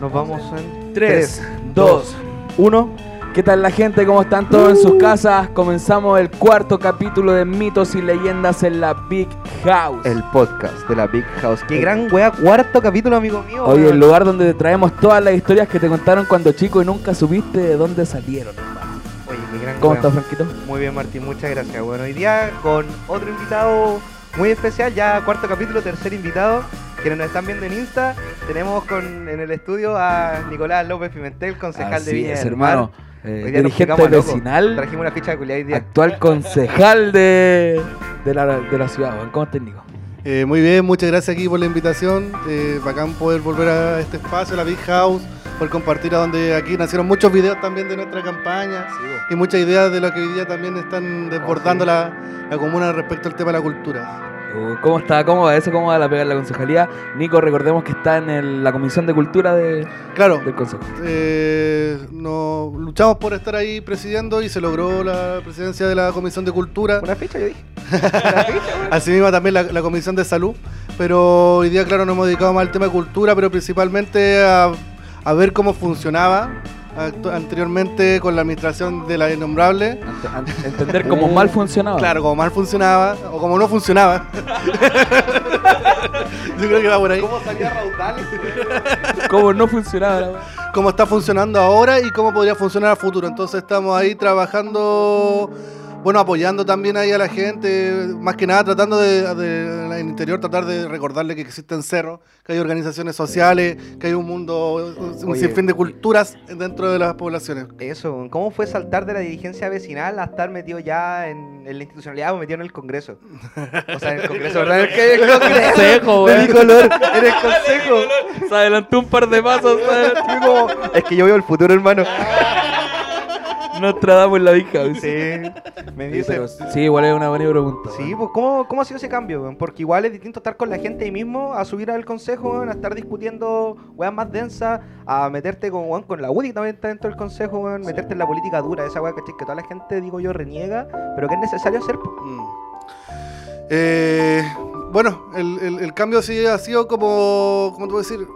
Nos vamos en 3, 2, 1. ¿Qué tal la gente? ¿Cómo están todos en Uh. sus casas? Comenzamos el cuarto capítulo de mitos y leyendas en la Big House. El podcast de la Big House. Qué gran wea, cuarto capítulo, amigo mío. Hoy el weón. lugar donde te traemos todas las historias que te contaron cuando chico y nunca supiste de dónde salieron. hermano. Oye, qué gran ¿Cómo wea. estás, Franquito? Muy bien, Martín, muchas gracias. Bueno, hoy día con otro invitado muy especial, ya cuarto capítulo, tercer invitado. Quienes nos están viendo en Insta, tenemos con, en el estudio a Nicolás López Pimentel, concejal de Así Viña es, del hermano. Mar. Eh, Hoy día nos dirigente pegamos a loco. vecinal, Trajimos una ficha de culiá hoy día. actual concejal de, de, la, de la ciudad. weón. ¿Cómo estás, Nico? Eh, muy bien, muchas gracias aquí por la invitación. Eh, bacán poder volver a este espacio, a la Big House, por compartir a donde aquí nacieron muchos videos también de nuestra campaña y muchas ideas de lo que hoy día también están desbordando la, la comuna respecto al tema de la cultura. Uh, ¿Cómo está? ¿Cómo va eso? ¿Cómo va la pega en la concejalía? Nico, recordemos que está en el- la Comisión de Cultura de- Claro, del Consejo. eh, nos luchamos por estar ahí presidiendo y se logró la presidencia de la Comisión de Cultura. Una ficha, yo dije. Así mismo también la, la Comisión de Salud. Pero hoy día, claro, nos hemos dedicado más al tema de cultura, pero principalmente a, a ver cómo funcionaba actu- anteriormente con la administración de la innombrable. Ante- ante- Entender cómo mal funcionaba. Claro, como mal funcionaba o como no funcionaba. Yo creo que va por ahí. ¿Cómo salía Raudales? Cómo no funcionaba. la wea. Cómo está funcionando ahora y cómo podría funcionar a futuro. Entonces estamos ahí trabajando, bueno, apoyando también ahí a la gente, más que nada tratando de, de- en el interior, tratar de recordarle que existen cerros, que hay organizaciones sociales, que hay un mundo, un Oye. sinfín de culturas dentro de las poblaciones. Eso, ¿cómo fue saltar de la dirigencia vecinal a estar metido ya en, en la institucionalidad o metido en el Congreso? O sea, en el Congreso, ¿verdad? En el Congreso. Consejo, de weón. mi color, en el Consejo. Se adelantó un par de pasos. se adelantó. Fui como, es que yo veo el futuro, hermano. Ah, Nos tratamos en la Big House. Sí, me Sí, dice. pero sí, igual es una buena pregunta. Sí, weón. pues ¿cómo, cómo ha sido ese cambio? weón? Porque igual es distinto estar con la gente ahí mismo, a subir al consejo, weón, a estar discutiendo weas más densas, a meterte con, weón, con la UDI que también está dentro del consejo, weón, meterte en la política dura, esa wea ¿cachai? que toda la gente, digo yo, reniega, pero que es necesario hacer. po. Mm. Eh, bueno, el, el- el cambio sí ha sido como, ¿cómo te puedo decir?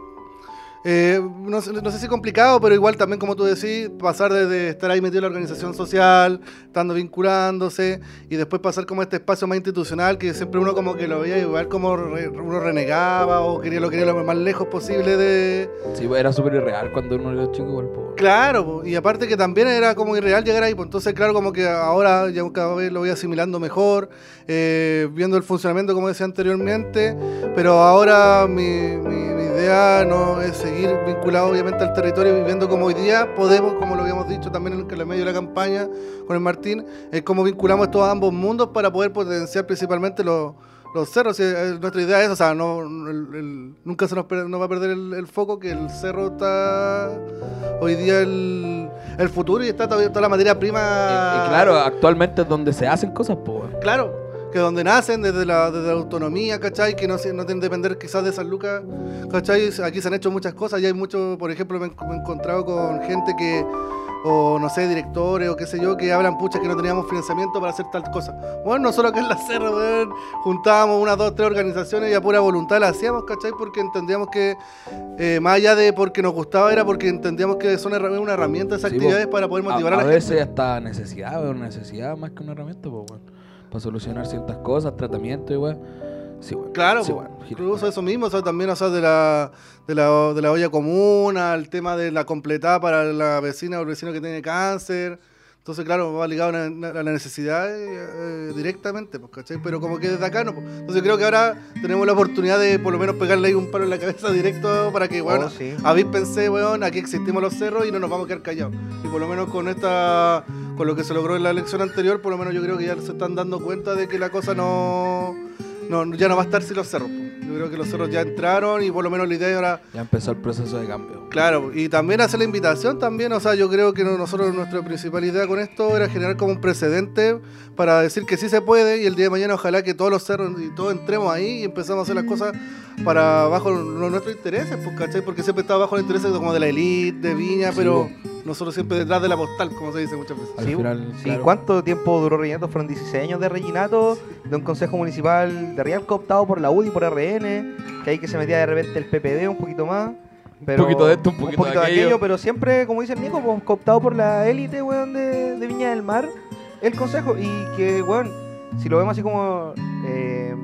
Eh, no, sé- no sé si complicado, pero igual también, como tú decís, pasar desde estar ahí metido en la organización social, estando vinculándose, y después pasar como a este espacio más institucional, que siempre uno como que lo veía igual como re- uno renegaba o quería lo quería lo más lejos posible de, Sí, pues, era súper irreal cuando uno era chico. igual, po. Claro, po, y aparte que también era como irreal llegar ahí, pues entonces claro, como que ahora ya cada vez lo voy asimilando mejor, eh, viendo el funcionamiento como decía anteriormente, pero ahora mi, mi- mi idea no es seguir vinculado obviamente al territorio, viviendo como hoy día podemos, como lo habíamos dicho también en el- en el medio de la campaña con el Martín, es cómo vinculamos estos ambos mundos para poder potenciar principalmente los... Los cerros, sí, eh, nuestra idea es, o sea, no, el- el- nunca se nos, per- nos va a perder el- el foco que el cerro está hoy día el, el futuro y está todavía toda la materia prima. Y, y claro, actualmente es donde se hacen cosas, po. weón. Claro, que donde nacen, desde la, desde la autonomía, ¿cachai? Que no, se- no tienen que depender quizás de San Lucas, ¿cachai? Aquí se han hecho muchas cosas y hay mucho, por ejemplo, me, he- me he encontrado con gente que, o no sé, directores o qué sé yo, que hablan puchas que no teníamos financiamiento para hacer tal cosa. Bueno, nosotros acá en la Serra, weón, juntábamos unas, dos, tres organizaciones y a pura voluntad las hacíamos, ¿cachai? Porque entendíamos que, eh, más allá de porque nos gustaba, era porque entendíamos que son herra- una herramienta esas Sí, actividades para poder A, motivar a, a la gente. veces hasta necesidad, weón, necesidad más que una herramienta, po, weón. para solucionar ciertas cosas, tratamiento y weón. Sí, weón. Claro, sí, po, weón. Gil. incluso eso mismo, o sea, también o sea, de, la, de, la, de la olla común, al tema de la completada para la vecina o el vecino que tiene cáncer. Entonces, claro, va ligado a la- a la necesidad eh, eh, directamente, pues, ¿cachai? Pero como que desde acá no. pues. Entonces, creo que ahora tenemos la oportunidad de por lo menos pegarle ahí un palo en la cabeza directo para que, bueno, Oh, sí. avíspense, weón, aquí existimos los cerros y no nos vamos a quedar callados. Y por lo menos con esta, con lo que se logró en la elección anterior, por lo menos yo creo que ya se están dando cuenta de que la cosa no, no ya no va a estar sin los cerros. po. Yo creo que los cerros ya entraron y por lo menos la idea es ahora Ya empezó el proceso de cambio. Claro, y también hacer la invitación también, o sea, yo creo que no- nosotros nuestra principal idea con esto era generar como un precedente para decir que sí se puede y el día de mañana ojalá que todos los cerros y todos entremos ahí y empezamos a hacer las cosas para bajo los- nuestros intereses, pues, ¿cachai? Porque siempre está bajo los intereses como de la elite, de Viña, Sí, pero bo. nosotros siempre detrás de la postal, como se dice muchas veces. Al Sí, final, Sí, claro. ¿Cuánto tiempo duró Rellinato? Fueron 16 años de Rellinato, de un consejo municipal de Rialco optado por la UDI, por RN, que ahí que se metía de repente el PPD un poquito más. Pero- poquito de esto, un poquito de aquello. pero siempre, como dice el Nico, pues, cooptado por la élite, weón, de, de Viña del Mar, el consejo. Y que, weón, si lo vemos así como eh,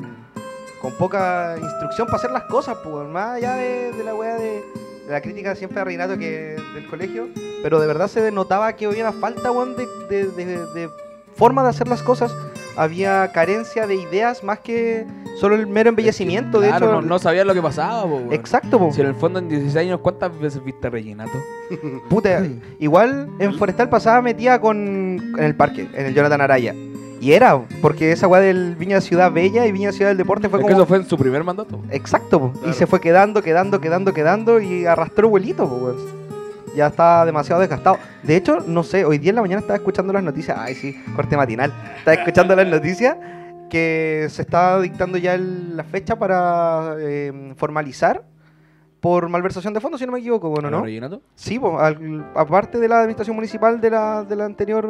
con poca instrucción para hacer las cosas, pues, weón, más allá de, de la weá de, de la crítica siempre a Reinato que del colegio, pero de verdad se notaba que había una falta, weón, de, de- de- de forma de hacer las cosas. Había carencia de ideas más que solo el mero embellecimiento. De Claro, hecho, no, no sabías lo que pasaba, po, weón. exacto, po. Si en el fondo en 16 años, ¿cuántas veces viste rellenato? Puta, igual en Forestal pasaba metía con en el parque, en el Jonathan Araya. Y era, porque esa weá del Viña Ciudad Bella y Viña Ciudad del Deporte fue es como. que eso fue en su primer mandato. Exacto, po. y Claro. se fue quedando, quedando, quedando, quedando y arrastró vuelito, po, weón. Ya está demasiado desgastado. De hecho, no sé, hoy día en la mañana estaba escuchando las noticias. Ay, sí, corte matinal. Estaba escuchando las noticias que se está dictando ya el- la fecha para eh, formalizar por malversación de fondos, si no me equivoco, bueno, ¿no? ¿Rellenato? Sí, po, al- aparte de la administración municipal de la, de la anterior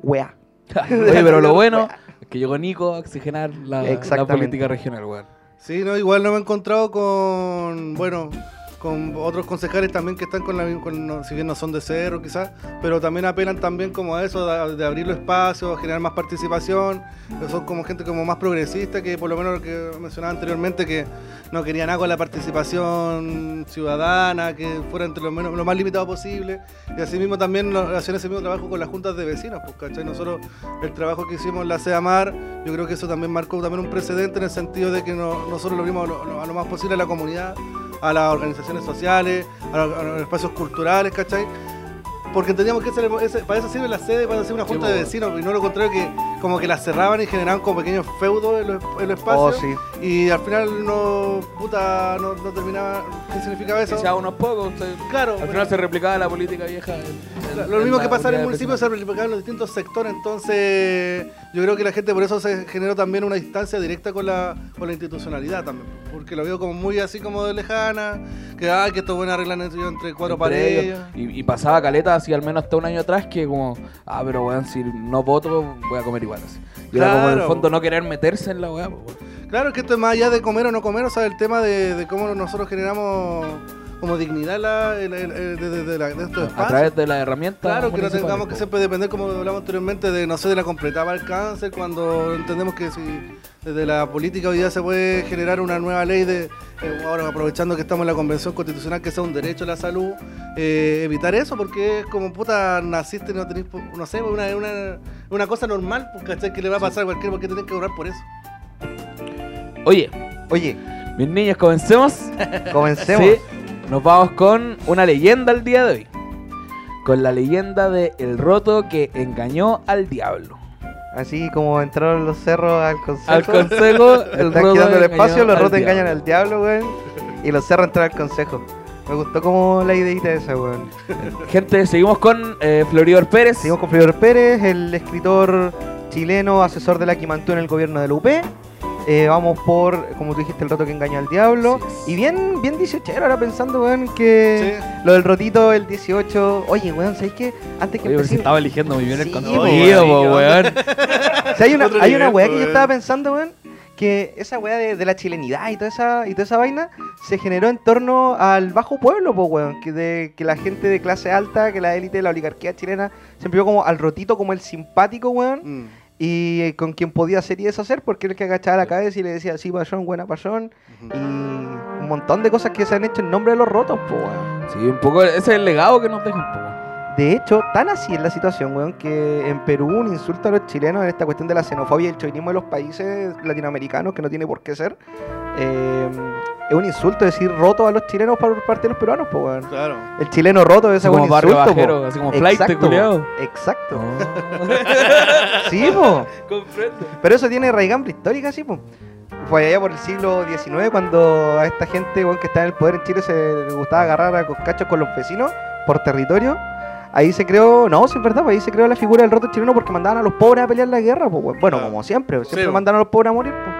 weá. Oye, pero lo bueno es que llegó Nico a oxigenar la, la Exactamente. política regional, weón. Sí, no, igual no me he encontrado con, bueno, con otros concejales también que están con la mi- con, no, si bien no son de cerro quizás, pero también apelan también como a eso, de, de abrir los espacios, generar más participación, que son como gente como más progresista que por lo menos lo que mencionaba anteriormente que no querían nada con la participación ciudadana, que fuera entre lo, menos, lo más limitado posible, y asimismo también lo- hacían ese mismo trabajo con las juntas de vecinos, pues, ¿cachai? Nosotros el trabajo que hicimos en la SEAMAR, yo creo que eso también marcó también un precedente en el sentido de que no- nosotros lo vimos a lo, a lo más posible a la comunidad, a las organizaciones sociales, a, los- a los espacios culturales, ¿cachai? Porque entendíamos que ese era el- ese- para eso sirve la sede, para hacer una Sí, junta po. pues. de vecinos, y no lo contrario que como que las cerraban y generaban como pequeños feudos en los, en los espacios. Oh, sí. Y al final no, puta, no, no terminaba, ¿qué significaba eso? Quizá unos pocos. se- Claro, Al pero- final se replicaba la política vieja. en- en- lo mismo la que pasa en el unidad municipio se vecinal. replicaba en los distintos sectores, entonces yo creo que la gente por eso se generó también una distancia directa con la, con la institucionalidad también, porque lo veo como muy así como de lejana, que ay, que esto bueno arreglar entre, entre cuatro Entre paredes. ellos. Y, y pasaba caleta así al menos hasta un año atrás que como, ah, pero weón, si no voto voy a comer igual así. Y era como en el Claro. fondo no querer meterse en la weá, po, weón. Claro que esto es más allá de comer o no comer, o sea, el tema de, de cómo nosotros generamos como dignidad la, el- el- el- de, de- de la- de estos a espacios. través de las herramientas. Claro, que no municipales, tengamos que po. siempre depender, como hablamos anteriormente, de, no sé, de la completada alcance, cuando entendemos que si desde la política hoy día se puede generar una nueva ley de, eh, ahora aprovechando que estamos en la convención constitucional, que sea un derecho a la salud, eh, evitar eso, porque es como puta, naciste y no tenés, po- no sé, una, una, una cosa normal, pues, ¿cachai? Que le va a pasar a cualquiera porque tenés que orar por eso. Oye, Oye, mis niños, comencemos. comencemos. Sí, nos vamos con una leyenda al día de hoy. Con la leyenda de El Roto que engañó al diablo. Así como entraron los cerros al consejo. Al consejo, el están Roto quitando el engañó espacio, los al rotos diablo. engañan al diablo, weón. Y los cerros entran al consejo. Me gustó como la ideita esa, weón. Gente, seguimos con eh, Floridor Pérez. Seguimos con Flor Pérez, el escritor chileno, asesor de la Quimantú en el gobierno de la UP. Eh, vamos por, como tú dijiste, el roto que engaña al diablo. Así es. Y bien, bien 18 ahora pensando, weón, que Sí. lo del rotito, el 18. Oye, weón, ¿sabéis qué? Antes que Oye, pero se empecemos- estaba eligiendo muy bien Sí, el po, contenido, po, weón. weón. Si hay una, Otro hay una nivel, weá po, que yo weón. estaba pensando, weón, que esa weá de, de la chilenidad y toda esa y toda esa vaina se generó en torno al bajo pueblo, po, weón, que, de, que la gente de clase alta, que la élite de la oligarquía chilena, se vio como al rotito, como el simpático, weón, Mm. y eh, con quien podía hacer y deshacer, porque era el que agachaba la cabeza y le decía, sí, payón, buena payón, y Ujú. un montón de cosas que se han hecho en nombre de los rotos, po, weón. Sí, un poco, ese es el legado que nos dejan, po, weón. De hecho, tan así es la situación, weón, que en Perú un insulto a los chilenos en esta cuestión de la xenofobia y el chauvinismo de los países latinoamericanos, que no tiene por qué ser, eh, es un insulto decir roto a los chilenos por parte de los peruanos, pues, weón. Claro. El chileno roto es Así un como barrio insulto, po. bajero, así como flight, Exacto, po. culiao. Exacto. Oh. Sí, po. Comprendo. Pero eso tiene raigambre histórica, sí, po. Fue allá por el siglo XIX cuando a esta gente weón, que está en el poder en Chile se le gustaba agarrar a coscachos con los vecinos por territorio. Ahí se creó, no, sí es verdad, pues ahí se creó la figura del roto chileno porque mandaban a los pobres a pelear la guerra, pues, weón. bueno, Claro. como siempre, siempre po. mandaron a los pobres a morir. Pues.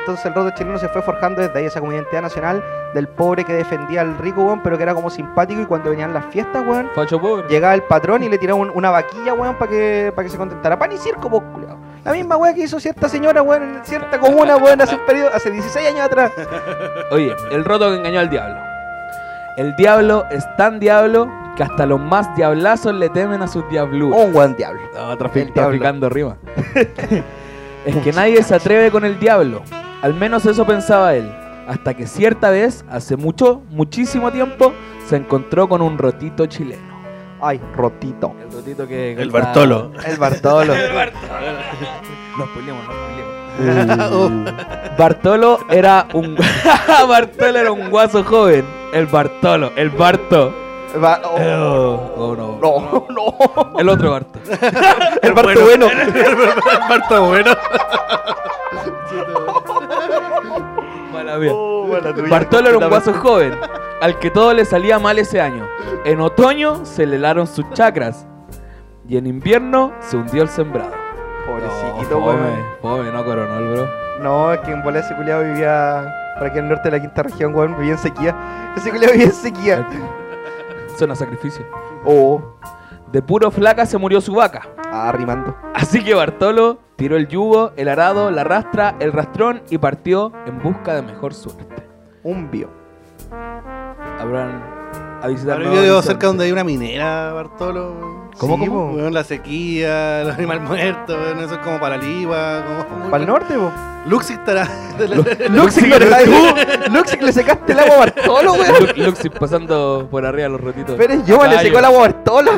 Entonces el roto chileno se fue forjando desde ahí esa comunidad nacional del pobre que defendía al rico, weón, pero que era como simpático y cuando venían las fiestas, weón, Facho pobre. Llegaba el patrón y le tiraba un- una vaquilla, weón, para que, pa' que se contentara. Pan y circo, pues, culiao. La misma weá que hizo cierta señora, weón, en cierta comuna, weón, hace un periodo, hace 16 años atrás. Oye, el roto que engañó al diablo. El diablo es tan diablo que hasta los más diablazos le temen a sus diabluras. Un buen diablo. No, El diablo. Oh, traficando rima. es que nadie se atreve con el diablo. Al menos eso pensaba él. Hasta que cierta vez, hace mucho, muchísimo tiempo, se encontró con un rotito chileno. Ay, rotito. El rotito que. El Bartolo. El Bartolo. Nos peleamos, nos peleamos. Uh, Bartolo era un Bartolo era un guaso joven. El Bartolo, el Barto. Va- oh, Oh, no. no, no. El otro Barto. El Barto bueno. Barto bueno. Mala mía. Oh. Uh, Bartolo era un guaso joven, al que todo le salía mal ese año. En otoño se le helaron sus chacras y en invierno se hundió el sembrado. Pobrecito, No, weón. fome, fome, no coronó el bro. No, es que en bola ese culiado vivía. Para aquí al norte de la quinta región, weón, vivía en sequía. Ese culiado vivía en sequía. Suena a sacrificio. Oh, De puro flaca se murió su vaca. ah, rimando. Así que Bartolo tiró el yugo, el arado, la rastra, el rastrón y partió en busca de mejor suerte. Un bio. Habrán a visitar. Ahora nuevos yo vivo horizontes. cerca donde hay una minera, Bartolo. ¿Cómo, Sí, cómo? po, weón, la sequía, el animal muerto, weón, eso es como para Ligua. Como... ¿Para el norte, vos? Lux estará. Luxic, le tú. Luxic, le secaste el agua a Bartolo, weón. Lu- Luxi pasando por arriba los rotitos. Pérez yo le secó el agua a Bartolo.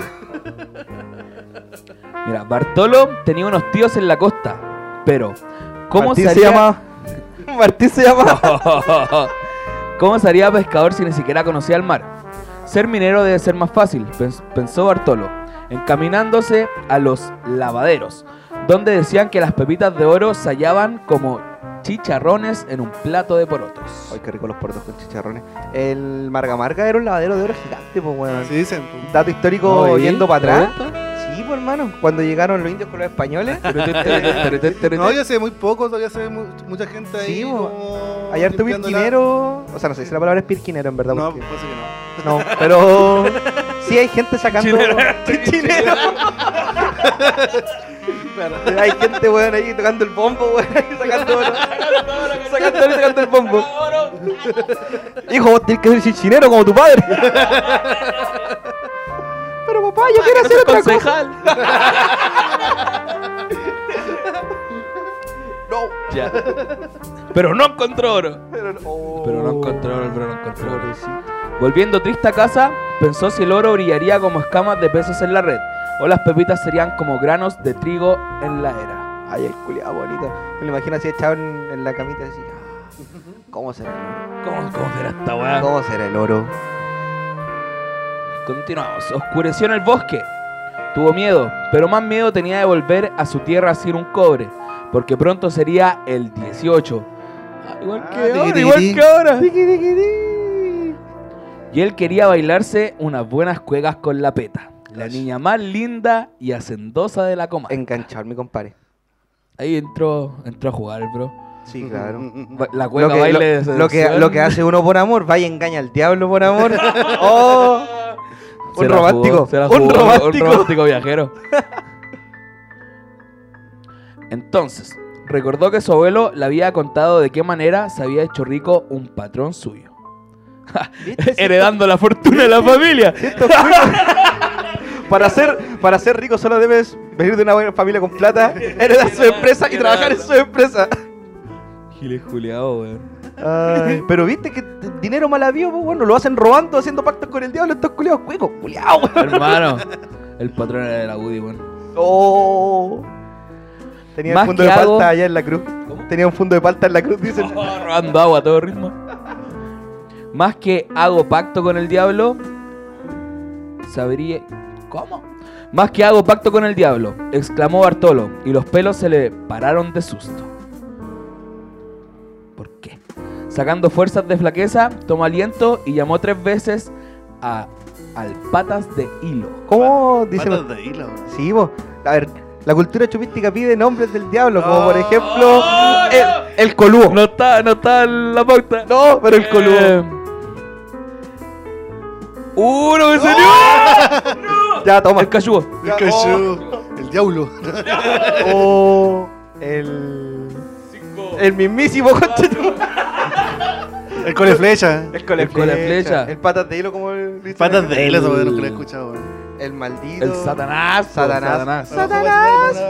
Mira, Bartolo tenía unos tíos en la costa, pero ¿cómo Martín se, se haría... llama? Martín se llama. ¿Cómo se haría pescador si ni siquiera conocía el mar? Ser minero debe ser más fácil, pens- pensó Bartolo, encaminándose a los lavaderos, donde decían que las pepitas de oro se hallaban como chicharrones en un plato de porotos. Ay, qué rico los puertos con chicharrones. El Margamarga era un lavadero de oro gigante, pues, weón. Así dicen. po. Dato histórico ¿No veí? yendo para atrás. ¿Te gusta? Sí, pues, hermano. Cuando llegaron los indios con los españoles, No, ya se ve muy poco, todavía se ve mu- mucha gente ahí. Sí, po. como ayer tuve limpiando la- pirquinero. O sea, no sé si la palabra es pirquinero, en verdad. No, porque- parece que no. No, pero sí hay gente sacando. Chinero. hay gente, weón, ahí tocando el bombo, weón, ahí sacando oro. sacando oro y tocando el bombo. Hijo, vos tenés que ser chinero como tu padre. pero papá, yo quiero hacer otra cosa. No, Ya. Pero no encontró oro. pero no. Pero no encontró oro, pero no encontró oro. Volviendo triste a casa, pensó si el oro brillaría como escamas de peces en la red, o las pepitas serían como granos de trigo en la era. Ay, el culiado bonito. Me lo imagino así echado en, en la camita así. ah, ¿Cómo será el oro? ¿Cómo, cómo será esta weá? ¿Cómo será el oro? Continuamos. Oscureció en el bosque. Tuvo miedo, pero más miedo tenía de volver a su tierra sin un cobre, porque pronto sería el 18. Ah, igual Ah, que ahora, tiquitiri. igual que ahora. Tiki, tiki, tiki. Y él quería bailarse unas buenas cuegas con la peta, la Ay. niña más linda y hacendosa de la comarca. Enganchar, mi compadre. Ahí entró, entró a jugar el bro. Sí, Mm, claro. Ba- La cueca Lo que, baile lo- de lo que- seducción. lo que hace uno por amor, vaya y engaña al diablo por amor. Oh, Se un la jugó, romántico, se la un jugó, romántico. Un romántico viajero. Entonces, recordó que su abuelo le había contado de qué manera se había hecho rico un patrón suyo. Heredando la fortuna de la familia. para, ser, para ser rico solo debes venir de una buena familia con plata, heredar su empresa y trabajar en su empresa. Giles Juliado, weón. Ay, pero viste que t- dinero mal habido, pues, bueno, lo hacen robando, haciendo pactos con el diablo, estos culiados cuicos, culiados. weón. Hermano. El patrón era de la Woody, weón. Oh. Tenía Más un fondo que de hago- palta allá en la cruz. Tenía un fondo de palta en la cruz, dicen. Oh, robando agua a todo ritmo. Más que hago pacto con el diablo, sabría. ¿Cómo? Más que hago pacto con el diablo, exclamó Bartolo, y los pelos se le pararon de susto. ¿Por qué? Sacando fuerzas de flaqueza, tomó aliento y llamó tres veces a Alpatas de Hilo. ¿Cómo dicen los Patas de hilo. Sí, vos. A ver, la cultura chupística pide nombres del diablo, como por ejemplo No, el, el colúo. No está, no está en la pauta. No, pero el colúo. Eh, ¡Uh, no me salió! Ya, toma. El cayugo. El cachú. oh, El diablo. O el. El mismísimo conchetum. El cole flecha. El cole El cole flecha. El patas de hilo, como el. dicen Patas de El hilo. eso bueno, que lo he escuchado. El maldito. El Satanás. po, Satanás. ¡Satanás!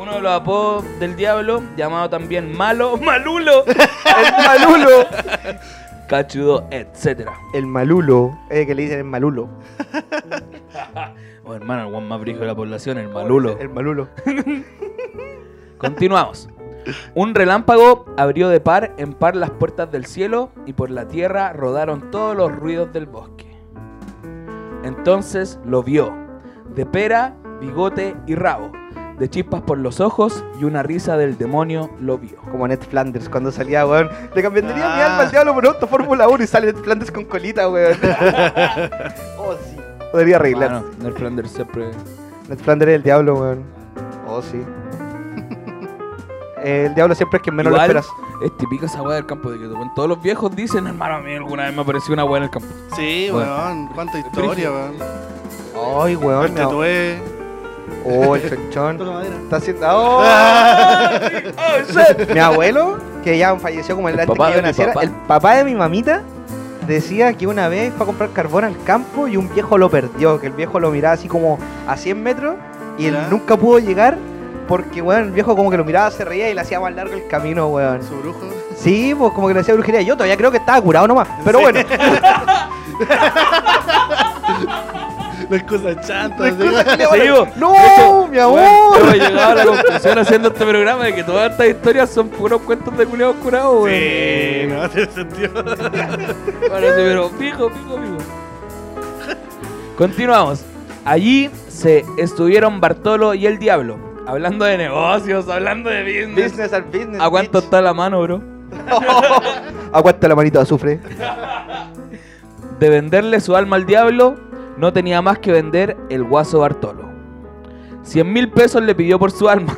Uno de los apodos del diablo, llamado también Malo, Malulo, El malulo. Cachudo, etcétera. El malulo. Eh, que le dicen el malulo. Oh, hermano, el guan más brillo de la población, Oh, el Malulo. El malulo. Continuamos. Un relámpago abrió de par en par las puertas del cielo y por la tierra rodaron todos los ruidos del bosque. Entonces lo vio, de pera, bigote y rabo, de chispas por los ojos y una risa del demonio lo vio. Como Ned Flanders cuando salía, weón. Le cambiaría mi Ah. alma al diablo por auto Fórmula 1 y sale Ned Flanders con colita, weón. oh, sí. Podría arreglarse. Bueno, Ned Flanders siempre... Ned Flanders es el diablo, weón. Oh, sí. el diablo siempre es quien menos Igual, lo esperas. Es típica esa weá del campo de que weón, todos los viejos dicen, hermano, a mí alguna vez me apareció una weá en el campo. Sí, Bueno. weón. Cuánta historia, weón. Ay, weón. El me ahogo. tatué. Oh, el chonchón. madera. Está haciendo. ¡Oh! mi abuelo, que ya falleció como el, El antes papá que yo de mi naciera, papá. el papá de mi mamita decía que una vez fue a comprar carbón al campo y un viejo lo perdió, que el viejo lo miraba así como a 100 metros y él Ya. nunca pudo llegar porque, weón, el viejo como que lo miraba, se reía y le hacía más largo el camino, weón. Su brujo. Sí, pues como que le hacía brujería. Yo todavía creo que estaba curado nomás, pero bueno. La excusa chanta. La excusa que le Sí, vale- bo. ¡No, De hecho, mi Bueno, abuelo! hemos llegado a la conclusión haciendo este programa de que todas estas historias son puros cuentos de culiados curados, weón. Sí, no tiene sentido. Bueno, sí, pero pico, pico, pico. Continuamos. Allí se estuvieron Bartolo y el Diablo, hablando de negocios, hablando de business. Business al business. ¿A cuánto bitch. está la mano, bro? Aguanta la manita de azufre. De venderle su alma al diablo, no tenía más que vender el guaso Bartolo. 100 mil pesos le pidió por su alma.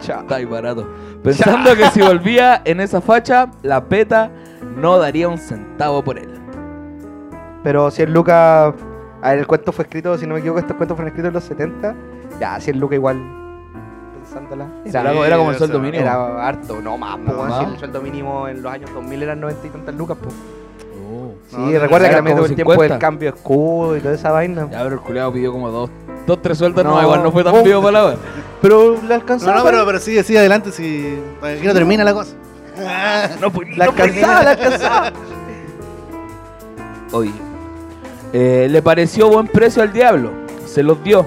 Chao. Está ahí barato. Pensando que si volvía en esa facha, la peta no daría un centavo por él. Pero 100 lucas. A ver, el cuento fue escrito, si no me equivoco, estos cuentos fueron escritos en los 70. Ya, 100 lucas igual. Pensándola. Era, Era, era como el o sueldo sea, mínimo. era harto, no más, po, No, weón, más. si el sueldo mínimo en los años 2000 eran 90 y tantas lucas, po. Oh. Sí, No, recuerda era que también como tuvo el tiempo 50. del cambio de escudo y toda esa vaina. Ya, pero el culiado pidió como dos, dos tres sueldos. No, No. igual no fue tan Oh. vivo para la wea. Pero la alcanzaba. No, no, para- pero, pero sigue, sigue adelante. Si aquí no termina la cosa. No, La alcanzaba, la alcanzaba. Oye, eh, le pareció buen precio al diablo, se los dio,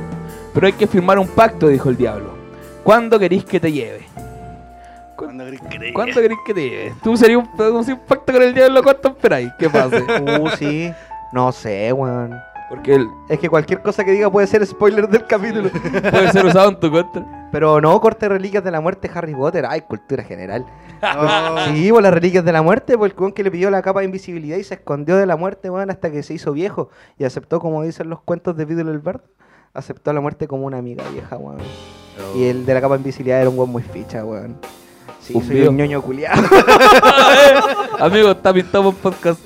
pero hay que firmar un pacto, dijo el diablo. ¿Cuándo querís que te lleve? Cuando creí. ¿Cuándo querís que te lleve? Tú serías un, un pacto con el diablo, ¿cuánto esperáis? ¿Qué pase? Uh, sí. No sé, weón. Porque él Es que cualquier cosa que diga puede ser spoiler del capítulo. puede ser usado en tu contra. Pero no, corte reliquias de la muerte, Harry Potter. Ay, cultura general. No, Ah, Ah. Sí, por las reliquias de la muerte, por el weón que le pidió la capa de invisibilidad y se escondió de la muerte, weón, hasta que se hizo viejo. Y aceptó, como dicen los cuentos de Vídeo el Verde, aceptó a la muerte como una amiga vieja, weón. Y el de la capa de invisibilidad era un weón muy ficha, weón. Sí, Un soy viejo. un ñoño culiado. Amigo, está pintado por podcast.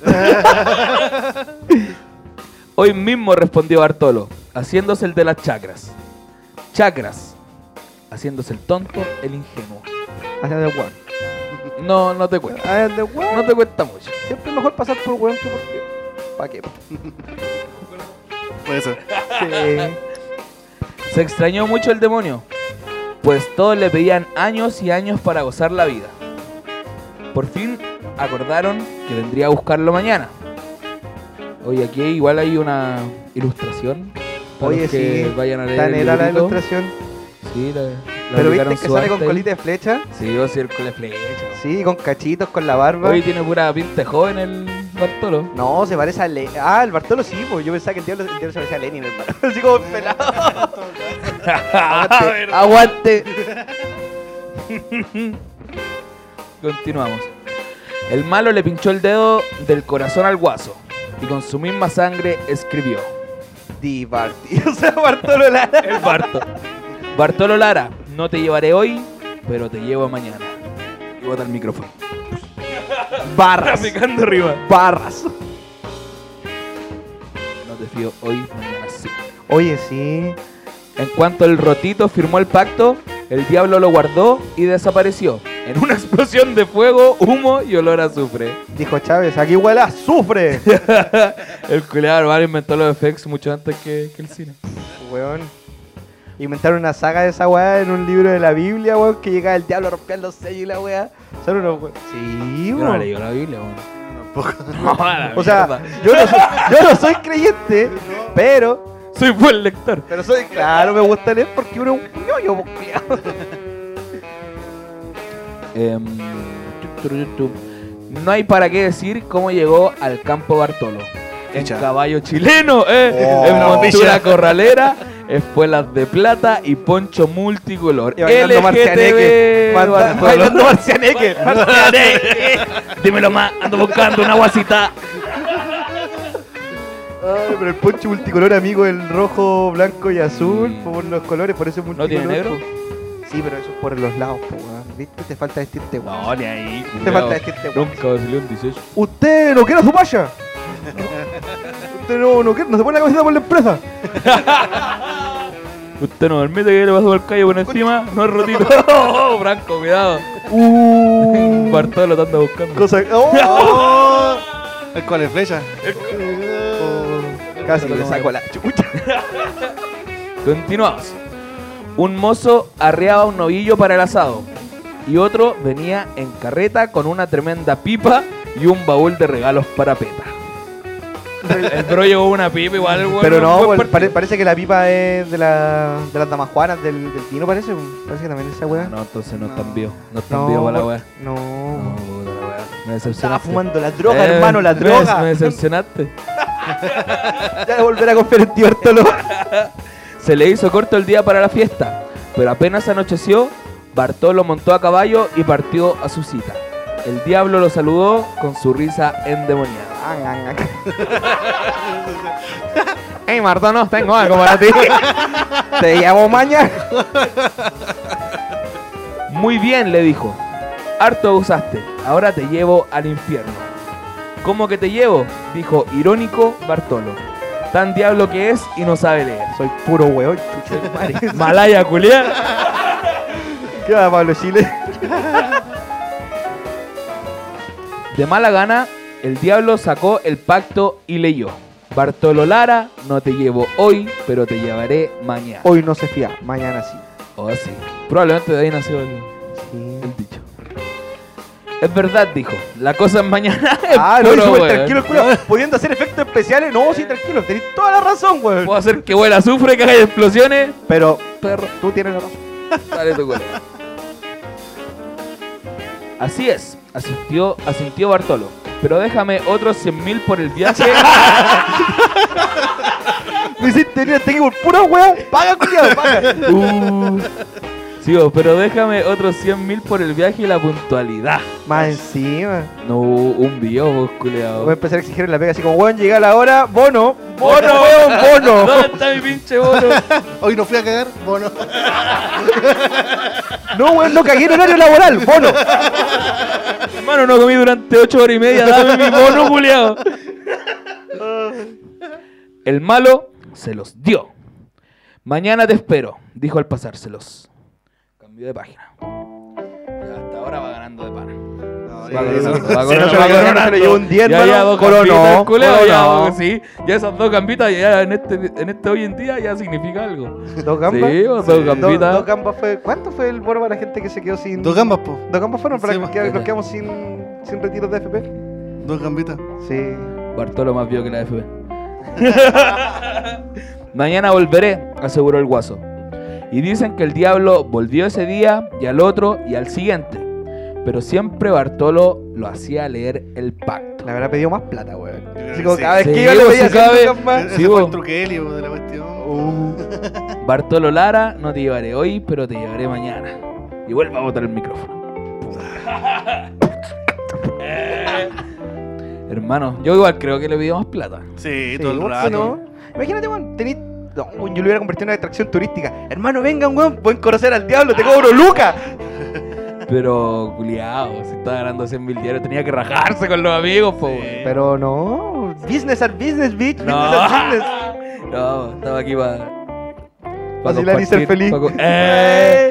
Hoy mismo respondió Bartolo, haciéndose el de las chacras. Chacras, haciéndose el tonto, el ingenuo. Hacia de weón. No, no te cuento. Ah, de weón. No te cuesta mucho. Siempre es mejor pasar por weón que por viejo. ¿Para qué? po? puede ser. Sí. Se extrañó mucho el demonio, pues todos le pedían años y años para gozar la vida. Por fin acordaron que vendría a buscarlo mañana. Oye, aquí igual hay una ilustración. Para Oye, los que sí, vayan a leer Tan el era la librito. ilustración. Sí, la, la Pero viste aplicaron que su sale con arte ahí. colita de flecha. Sí, va a ser con la flecha. Sí, con cachitos, con la barba. Hoy tiene pura pinta de joven el Bartolo. No, se parece a Lenin. Ah, el Bartolo sí, pues yo pensaba que el diablo, el diablo se parecía a Lenin, hermano. Así Eh. como pelado. aguante, aguante. Continuamos. El malo le pinchó el dedo del corazón al guaso y con su misma sangre escribió. Di Barti. O sea, Bartolo Lara. El Barto. Bartolo Lara, no te llevaré hoy, pero te llevo mañana. Y bota el micrófono. Barras. arriba. Barras. No te fío hoy, mañana sí. Oye, sí. En cuanto el rotito firmó el pacto, el diablo lo guardó y desapareció, en una explosión de fuego, humo y olor a azufre. Dijo Chávez, aquí huele a azufre. El culiado hermano inventó los effects mucho antes que, que el cine. Weón. Inventaron una saga de esa weá en un libro de la Biblia, weón, que llegaba el diablo a romper los sellos y la weá. Son unos we- Sí, Yo weón. no leí la Biblia, weón. Tampoco. O sea, yo no, soy, yo no soy creyente, pero. soy buen lector. Pero soy. Claro, me gusta leer porque uno es un ñoño, po, culiao. Em, tu, tu, tu, tu. No hay para qué decir cómo llegó al campo Bartolo. En Ficha. caballo chileno, eh, Oh. en montura Ficha. corralera, espuelas de plata y poncho multicolor. Y bailando LGTB marcianeque. Banda- Bartolo. Bailando marcianeque. Marcianeque. Dímelo más, ando buscando una guasita. Ay, pero el poncho multicolor, amigo, el rojo, blanco y azul, Mm. por los colores, por eso es ¿No multicolor. tiene negro? po. Sí, pero eso es por los lados, po, weón. ¿Viste? Te falta vestirte, weón. No, ni ahí. Te falta decirte, weón. Nunca vacilé un 18. ¿Usted no quiere su paya? ¿Usted no, no, quiere, no se pone la camiseta por la empresa? Usted no permite que le pasó al callo por encima, no es rotito. Oh, Franco, cuidado. Uh, Bartolo te anda buscando. cosa, oh, ¡Oh! El cual es flecha. Oh, casi le saco la chucha. Continuamos. Un mozo arreaba un novillo para el asado y otro venía en carreta con una tremenda pipa y un baúl de regalos para Peta. El bro llevó una pipa igual, el weón, Pero no, buen pues, partido. pare- parece que la pipa es de, la, de las damajuanas del, del Tino, parece. Parece que también es esa weá. No, entonces no es tan No. vivo. No es tan vivo para la por- weá. No. No, puta la weá. Me Estaba decepcionaste. fumando la droga, Eh, hermano, la me- droga. Me decepcionaste. Ya de volver a confiar en ti, Bartolo. Se le hizo corto el día para la fiesta, pero apenas anocheció, Bartolo montó a caballo y partió a su cita. El diablo lo saludó con su risa endemoniada. Ey, Bartolo, tengo algo para ti. Te llamo mañana. Muy bien, le dijo. Harto abusaste, ahora te llevo al infierno. ¿Cómo que te llevo? dijo irónico Bartolo. Tan diablo que es y no sabe leer. Soy puro weón, chucha de madre. Malaya culiá. ¿Qué va, Pablo Chile? De mala gana, el diablo sacó el pacto y leyó. Bartolo Lara, no te llevo hoy, pero te llevaré mañana. Hoy no se fía, mañana sí. Oh, sí. Probablemente de ahí nació el, Sí. el dicho. Es verdad, dijo. La cosa es mañana. Es Ah, no, puro no, weón. tranquilo, el culo. Pudiendo hacer efectos especiales, no, sí, tranquilo, tenés toda la razón, weón. Puedo hacer que huela azufre, que haya explosiones. Pero Perro, tú tienes la razón. dale tu culo. Así es, asintió, asintió Bartolo. Pero déjame otros 100.000 por el viaje. Me hiciste tenía este equipo, pura weón. Paga, culiado, paga. Uh. Sí, vos, pero déjame otros 100.000 por el viaje y la puntualidad. Más encima. No, un video, vos, culeado. Voy a empezar a exigir en la pega así como, weón, llega la hora, bono. ¡Bono, weón, bono! ¿Dónde está mi pinche bono? Hoy no fui a cagar. Bueno. No, weón, no cagué en horario laboral, bono. Hermano, no comí durante ocho horas y media, dame mi bono, culiao. El malo se los dio. Mañana te espero, dijo al pasárselos. Cambió de página. Ya hasta ahora va ganando de pana. No, Va no, ganando, no, va no. ganando. Se lo llevó- se lo llevó un diez, Ya, hermano. ya dos Coronó, campitas, culiao, ya, coronó. sí. Ya esas dos campitas, ya en este, en este hoy en día, ya significa algo. Dos gambas. Sí, o dos gambitas. Dos gambas fue. ¿Cuánto fue el bono para la gente que se quedó sin. Dos gambas, po. Dos gambas fueron para Sí, los más que que nos sí. quedamos sin, sin retiros de FP? Dos gambitas. Sí. Bartolo más vio que la FB. Mañana volveré, aseguró el guaso. Y dicen que el diablo volvió ese día y al otro y al siguiente. Pero siempre Bartolo lo hacía leer el pacto. Le habrá pedido más plata, weón. creo Así que como sí. cada vez Sí, que iba le pues, pedía si cabe. 100 lucas más. Ese Sí, fue vos. el truquelio de la cuestión. Uh. Bartolo Lara, no te llevaré hoy, pero te llevaré mañana. Y vuelva a botar el micrófono. Hermano, yo igual creo que le pidió más plata. Sí, Sí, todo el ¿por qué rato. no? Imagínate, weón, tenés. No, weón, yo lo hubiera convertido en una atracción turística. Hermano, vengan, weón, pueden conocer al diablo, te cobro lucas. Pero, culiao, si estaba ganando 100 mil diarios, tenía que rajarse con los amigos, po. Sí. Pero no, business al business, bitch, No. business al business. No, estaba aquí para. Vacilar y ser feliz. eh,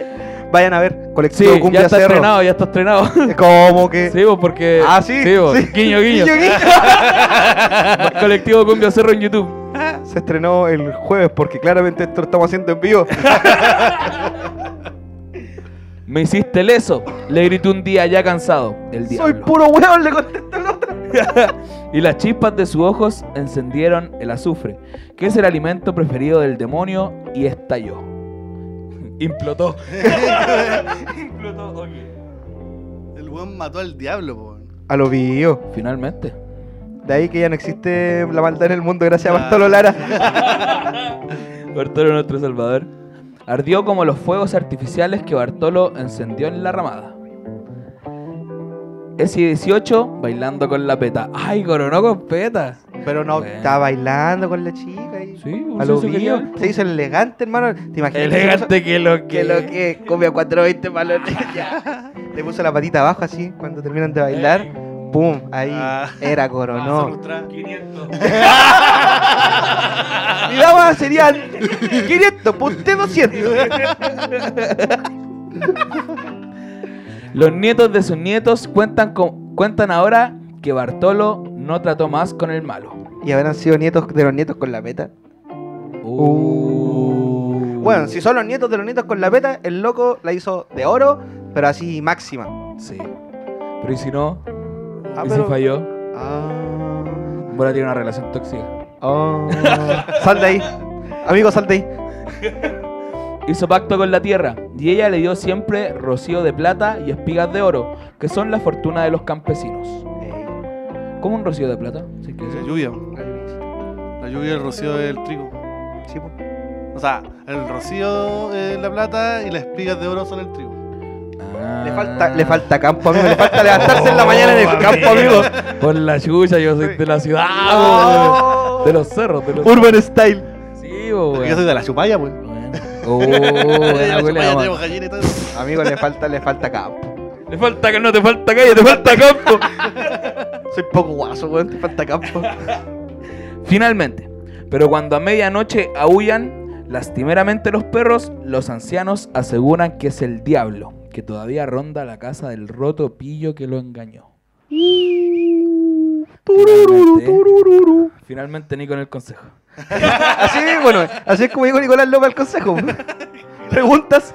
Vayan a ver, Sí, colectivo ya Cumbia está Cerro. estrenado, ya está estrenado. Como que. Sí, vos, porque. Ah, sí, vos, sí. Guiño, guiño. Guiño, guiño. Colectivo Cumbia Cerro en YouTube. Se estrenó el jueves porque claramente esto lo estamos haciendo en vivo. Me hiciste leso. Le grité un día ya cansado. El Soy diablo. puro hueón, le contestó el otro. y las chispas de sus ojos encendieron el azufre, que es el alimento preferido del demonio, y estalló. Implotó. Implotó, ok. El weón mató al diablo, po. A lo bio. Finalmente. De ahí que ya no existe la maldad en el mundo, gracias a Ah. Bartolo Lara. Bartolo nuestro Salvador. Ardió como los fuegos artificiales que Bartolo encendió en la ramada. Esi 18 bailando con la peta. ¡Ay, coronó con peta! Pero no, Bueno. está bailando con la chica. Y... Sí, pues, a lo se hizo bio. genial. Se hizo elegante, hermano. ¿Te imaginas? Elegante que lo que. Que lo que come a 420 balones. ya. Le puso la patita abajo así cuando terminan de bailar. ¡Pum! Ahí Ah. era coronó. frustrar. 500. Mi dama serían 500, pues usted 200. Los nietos de sus nietos cuentan, con- cuentan ahora que Bartolo no trató más con el malo. Y habrán sido nietos de los nietos con la peta. Uh. Bueno, si son los nietos de los nietos con la peta, el loco la hizo de oro, pero así máxima. Sí. Pero ¿y si no? Ah, ¿Y pero- si falló? Ah. Bueno, tiene una relación tóxica. Oh. Sal de ahí. Amigo, sal de ahí. Hizo pacto con la tierra y ella le dio siempre rocío de plata y espigas de oro, que son la fortuna de los campesinos. ¿Cómo un rocío de plata? Sí, que La sí. lluvia. La lluvia y el rocío del trigo. Sí, pues. po. O sea, el rocío es la plata y las espigas de oro son el trigo. le, falta, le falta campo, amigo. Le falta levantarse en la mañana en el campo, amigo. Ah, Por la chucha, yo soy de la ciudad, Oh. bo, de los cerros, de los Urban Style. Sí, bo, Porque weón. yo soy de la chupalla, pues. Bueno. Oh, buena, la buena, chupalla buena. tenemos gallina y todo eso. Amigo, le falta, le falta campo. Te falta que no te falta calle, te falta campo. Soy poco guaso, weón. Te falta campo. Finalmente, pero cuando a medianoche aullan lastimeramente los perros, los ancianos aseguran que es el diablo que todavía ronda la casa del roto pillo que lo engañó. Mm, Finalmente, finalmente ni con el consejo. Así, bueno, así es como dijo Nicolás López al consejo. Preguntas.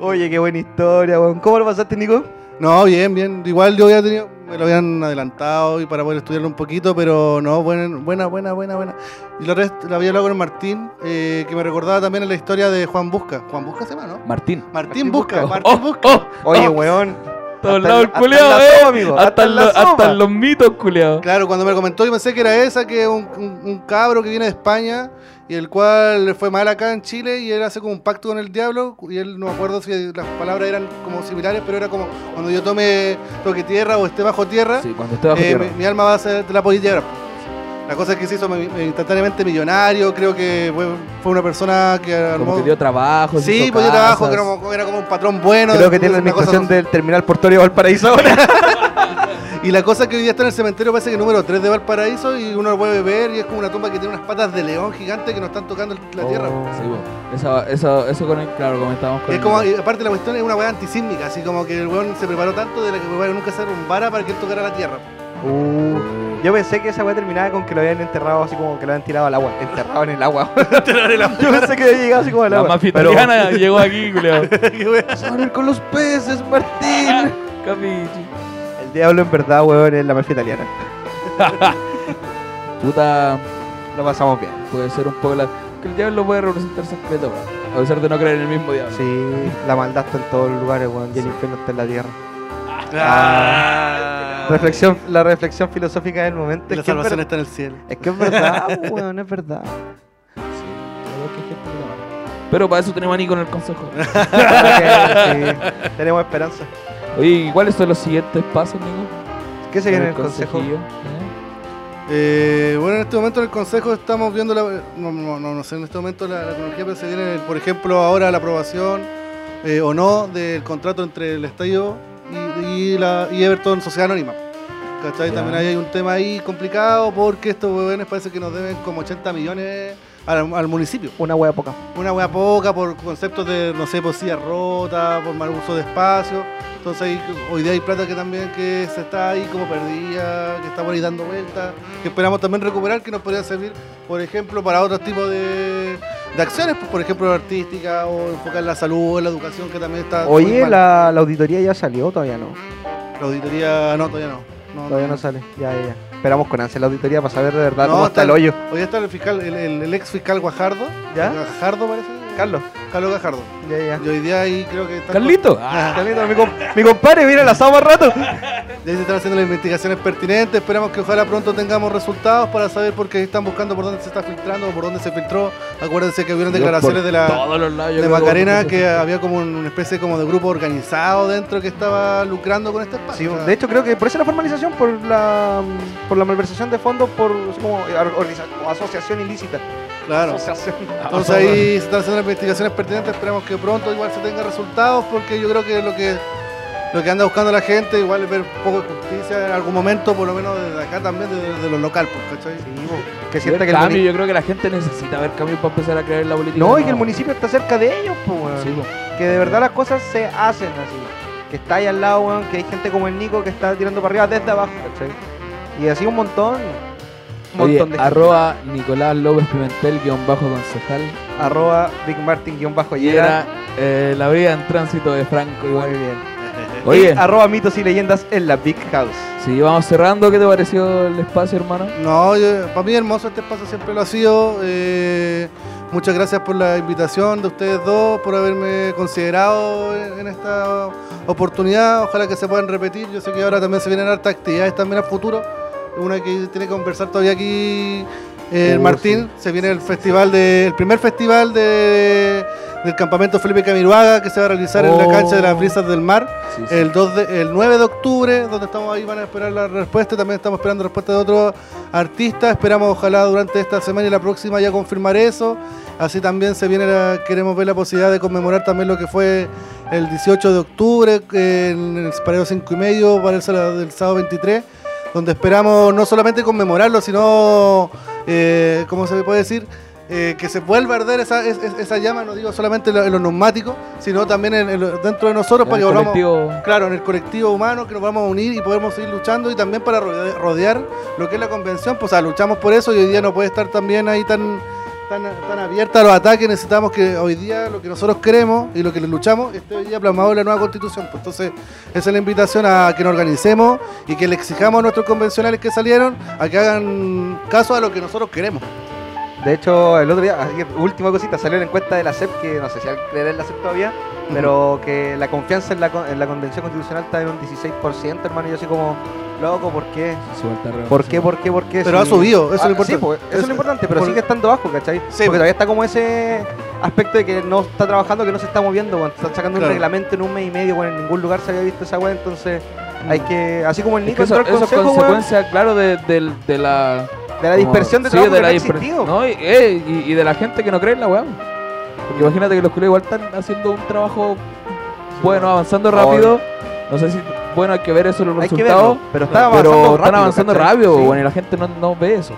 Oye, qué buena historia, weón. ¿Cómo lo pasaste, Nico? No, bien, bien. Igual yo había tenido, me lo habían adelantado y para poder estudiarlo un poquito, pero no, buena, buena, buena, buena. buena. Y la rest la había hablado con el Martín, eh, que me recordaba también la historia de Juan Busca. Juan Busca se llama, ¿no? Martín. Martín Martín Busca. Busca, Oh, Martín oh, Busca. oh, Oye, oh, weón. todo el hasta lado el- el hasta culeado, la eh. sopa, amigo, Hasta, hasta en la lo- hasta sopa. en los mitos, culeado. Claro, cuando me lo comentó yo pensé que era esa, que es un, un- un cabro que viene de España y el cual le fue mal acá en Chile y él hace como un pacto con el diablo y él no me acuerdo si las palabras eran como similares, pero era como cuando yo tome toque tierra o esté bajo tierra, Sí, cuando esté bajo eh, tierra. Mi, mi alma va a ser de la polilla. La cosa es que se hizo mi- mi- instantáneamente millonario, creo que fue, fue una persona que Como armó... que dio trabajo. se sí, hizo pues dio trabajo, casas. que era como, era como un patrón bueno. Creo que tiene la una cosa administración del terminal portuario de Valparaíso ahora. Y la cosa es que hoy día está en el cementerio, parece que número 3 de Valparaíso, y uno lo puede ver, y es como una tumba que tiene unas patas de león gigante que nos están tocando el- la tierra. Oh, Sí, bo. Esa- esa- eso con el, claro, comentábamos con Y es el- como, y aparte la cuestión es una weá antisísmica, así como que el weón se preparó tanto de la que el weón nunca se rumbara para que él tocara la tierra. Uh, yo pensé que esa weá terminaba con que lo habían enterrado así como que lo habían tirado al agua. Enterrado en el agua. yo pensé que había llegado así como al La agua. mafia Pero- italiana llegó aquí, culiao. Son con los peces, Martín. Capichi. El diablo en verdad, weón, es la mafia italiana. Puta, Lo pasamos bien. puede ser un poco la. Que el diablo puede representarse en Creta, weón. A pesar de no creer en el mismo diablo. Sí, la maldad está en todos los lugares, weón, y el infierno está en la tierra. Ah. Reflexión, la reflexión filosófica del momento Ah. Y es que, la es, salvación ver- está en el cielo. es que es verdad, weón, es verdad. Claro que hay gente que la ama. Pero para eso tenemos a Nico en el consejo. Claro que sí, tenemos esperanza. Oye, ¿y ¿cuáles son los siguientes pasos, Nico? ¿Qué se viene en el consejo? consejillo? ¿Eh? Eh, bueno, en este momento en el Consejo estamos viendo, la, no, no, no, no sé, en este momento la, la tecnología, pero se viene, por ejemplo, ahora la aprobación eh, o no del contrato entre el Estadio y, y la, y Everton Sociedad Anónima. ¿Cachai? Ya. También ahí hay un tema ahí complicado porque estos huevones parece que nos deben como 80 millones al, al municipio. Una hueá poca. Una hueá poca por conceptos de, no sé, por silla rota, por mal uso de espacio. Entonces ahí, hoy día hay plata que también que se está ahí como perdida, que está por ahí dando vueltas, que esperamos también recuperar, que nos podría servir, por ejemplo, para otros tipos de, de acciones, pues, por ejemplo, artísticas o enfocar en la salud, en la educación, que también está... Ah, muy Oye, mal. la, la auditoría ya salió, todavía no. La auditoría, no, todavía no. no Todavía no sale. Ya, ya, ya. Esperamos con ansia la auditoría para saber de verdad No, cómo está el hoyo. Hoy está el fiscal, el, el- el ex fiscal Guajardo. ¿Ya? Guajardo parece. Carlos. Carlos Guajardo. Ya, ya. Y hoy día ahí creo que están, Carlito. Ah, Carlito, mi, com- mi compadre viene al asado más rato. ya se están haciendo las investigaciones pertinentes. Esperamos que ojalá pronto tengamos resultados para saber por qué están buscando por dónde se está filtrando o por dónde se filtró. Acuérdense que hubieron Yo declaraciones por de la Ah, todos los lados, yo creo de que- Macarena que había como un- una especie como de grupo organizado dentro que estaba lucrando con este Sí, espacio. O sea, de hecho creo que por eso la formalización, por la por la malversación de fondos, por así como or- organiza- o asociación ilícita. claro. Asociación. Entonces ahí se están haciendo las investigaciones pertinentes, esperamos que pronto igual se tenga resultados, porque yo creo que lo que lo que anda buscando la gente igual es ver un poco de justicia en algún momento, por lo menos desde acá también, desde, desde lo local, pues, ¿cachai? Que Y el sienta que el cambio, municipio, yo creo que la gente necesita ver cambios para empezar a creer en la política. no, y que el municipio está cerca de ellos, pues, weón. Sí, po. que de verdad las cosas se hacen así. Que está ahí al lado, weón, que hay gente como el Nico que está tirando para arriba desde abajo, ¿cachai? Y así un montón. Un Oye, montón de gente. arroba Nicolás López Pimentel, guión bajo concejal. Arroba Big Martin guión bajo Y Llera. era eh, la brigada en tránsito de Franco. Muy Igual. bien. Oye, Y arroba mitos y leyendas en la Big House. si vamos cerrando, ¿qué te pareció el espacio, hermano? No, yo- para mí hermoso este espacio siempre lo ha sido. eh, muchas gracias por la invitación de ustedes dos, por haberme considerado en, en esta oportunidad. Ojalá que se puedan repetir. Yo sé que ahora también se vienen hartas actividades también a futuro. Una que tiene que conversar todavía aquí eh, el Uh, Martín. Se viene el festival de, el primer festival de, del campamento Felipe Camiruaga que se va a realizar en la Oh. cancha de las brisas del mar Sí, Eh, sí. el, 2 de- el 9 de octubre, donde estamos ahí, van a esperar la respuesta. También estamos esperando respuesta de otro artista. Esperamos, ojalá, durante esta semana y la próxima ya confirmar eso. Así también se viene, la- queremos ver la posibilidad de conmemorar también lo que fue el 18 de octubre, eh, en el pareo 5 y medio, para el sábado, del sábado 23, donde esperamos no solamente conmemorarlo, sino, eh, ¿cómo se puede decir? eh, que se vuelva a arder esa, es- es- esa llama, no digo solamente en lo- en los neumáticos, sino también en- en lo- dentro de nosotros para El que volvamos, colectivo- Claro, en el colectivo humano que nos vamos a unir y podemos seguir luchando y también para rode- rodear lo que es la convención, pues o sea, luchamos por eso y hoy día no puede estar también ahí tan, tan, tan abierta a los ataques, necesitamos que hoy día lo que nosotros queremos y lo que luchamos esté hoy día plasmado en la nueva constitución. Pues entonces esa es la invitación a que nos organicemos y que le exijamos a nuestros convencionales que salieron a que hagan caso a lo que nosotros queremos. De hecho, el otro día, ayer, última cosita, salió la encuesta de la CEP, que no sé si creerá en la CEP todavía, pero que la confianza en la, con- en la Convención Constitucional está en un 16%, hermano, y yo así como, loco, ¿por qué? Su alta reunión. ¿Por qué, por qué, por qué? Pero ha subido, eso es lo Sí, importante. pues, eso es Eso- lo importante, pero por- sigue estando bajo, ¿cachai? Sí. Porque todavía está como ese aspecto de que no está trabajando, que no se está moviendo, weón. Están sacando un Claro. reglamento en un mes y medio, bueno, en ningún lugar se había visto esa weá, entonces hay que, así como el Es Nico que eso, entró al eso es consejo, weón, consecuencia, claro, de, del- de la... de la dispersión de como- sí, trabajo que no ha dispers- existido. No, y, eh, y- y de la gente que no cree en la weá. Porque imagínate que los culos igual están haciendo un trabajo bueno, avanzando rápido. No sé si, bueno, hay que ver eso, los Hay que resultados. verlo, pero está avanzando pero rápido, están avanzando ¿cachai? rápido, Sí. bueno, y la gente no, no ve eso.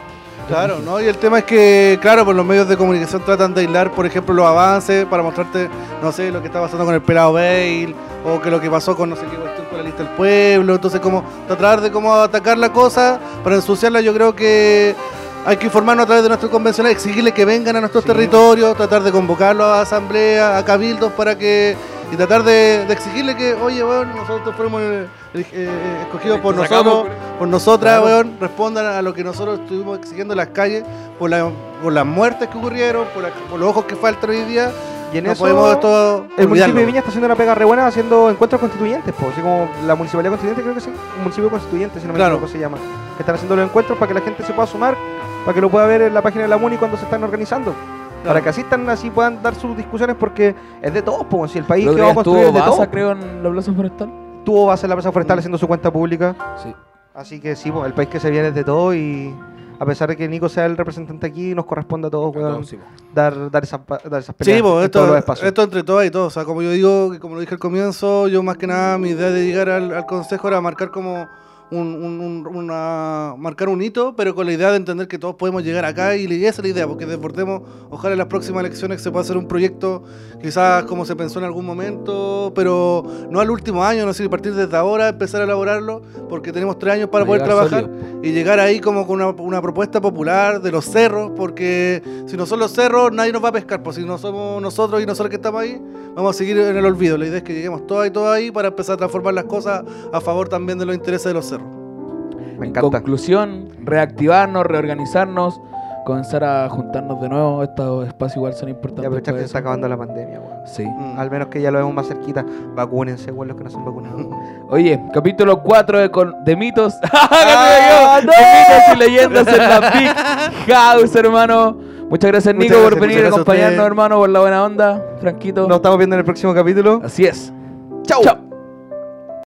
Claro, ¿no? Y el tema es que, claro, pues los medios de comunicación tratan de aislar, por ejemplo, los avances para mostrarte, no sé, lo que está pasando con el pelado Bale, o que lo que pasó con no sé qué cuestión con la lista del pueblo. Entonces, como tratar de cómo atacar la cosa para ensuciarla, yo creo que hay que informarnos a través de nuestros convencionales, exigirle que vengan a nuestros Sí. territorios, tratar de convocarlos a asambleas, a cabildos para que. Y tratar de, de exigirle que, oye, weón, nosotros fuimos eh, eh, escogidos por Sacamos- nosotros, por nosotras, Claro. weón, respondan a lo que nosotros estuvimos exigiendo en las calles, por, la- por las muertes que ocurrieron, por, la- por los ojos que faltan hoy día. Y en no eso- podemos esto El municipio olvidarlo. de Viña está haciendo una pega re buena haciendo encuentros constituyentes, pues, así como la municipalidad constituyente, creo que sí, un municipio constituyente, si no me Claro. equivoco se llama, que están haciendo los encuentros para que la gente se pueda sumar, para que lo pueda ver en la página de la MUNI cuando se están organizando. Para que asistan, así puedan dar sus discusiones, porque es de todos, pues, si el país Creo que que vamos a construir estuvo es de todos. Baza, creo, en la Plaza Forestal. Tuvo base en la Plaza Mm. Forestal haciendo su cuenta pública, Sí. así que sí, pues, el país que se viene es de todos y a pesar de que Nico sea el representante aquí, nos corresponde a todos, weón, dar, dar, esas, pa- dar esas peleas Sí, pues, en todos esto, los espacios. esto entre todas y todos. O sea, como yo digo, y como lo dije al comienzo, yo más que nada mi idea de llegar al, al consejo era marcar como un- un- un- una, marcar un hito, pero con la idea de entender que todos podemos llegar acá y la- esa es la idea, porque desbordemos, ojalá en las próximas elecciones se pueda hacer un proyecto quizás como se pensó en algún momento, pero no al último año, no sé, a partir desde ahora empezar a elaborarlo, porque tenemos tres años para Para poder llegar trabajar sólido. y llegar ahí como con una, una propuesta popular de los cerros, porque si no son los cerros, nadie nos va a pescar, pues si no somos nosotros y nosotros que estamos ahí, vamos a seguir en el olvido. La idea es que lleguemos todas y todas ahí para empezar a transformar las cosas a favor también de los intereses de los cerros. Me En encanta. conclusión, reactivarnos, reorganizarnos, comenzar a juntarnos de nuevo. Estos espacios igual son Y importantes. aprovechar para que se está eso. acabando la pandemia, weón. Sí. Mm. Al menos que ya lo vemos más cerquita. Vacúnense, weón, los que no se han vacunado. Oye, capítulo 4 de, con- de mitos. ¡Ah, ¡Ah, no! mitos y leyendas en la Big House, hermano. Muchas gracias, Muchas Nico, por gracias, venir a muchas gracias a acompañarnos, ustedes. hermano, por la buena onda. Franquito. Nos estamos viendo en el próximo capítulo. Así es. Chau. Chao.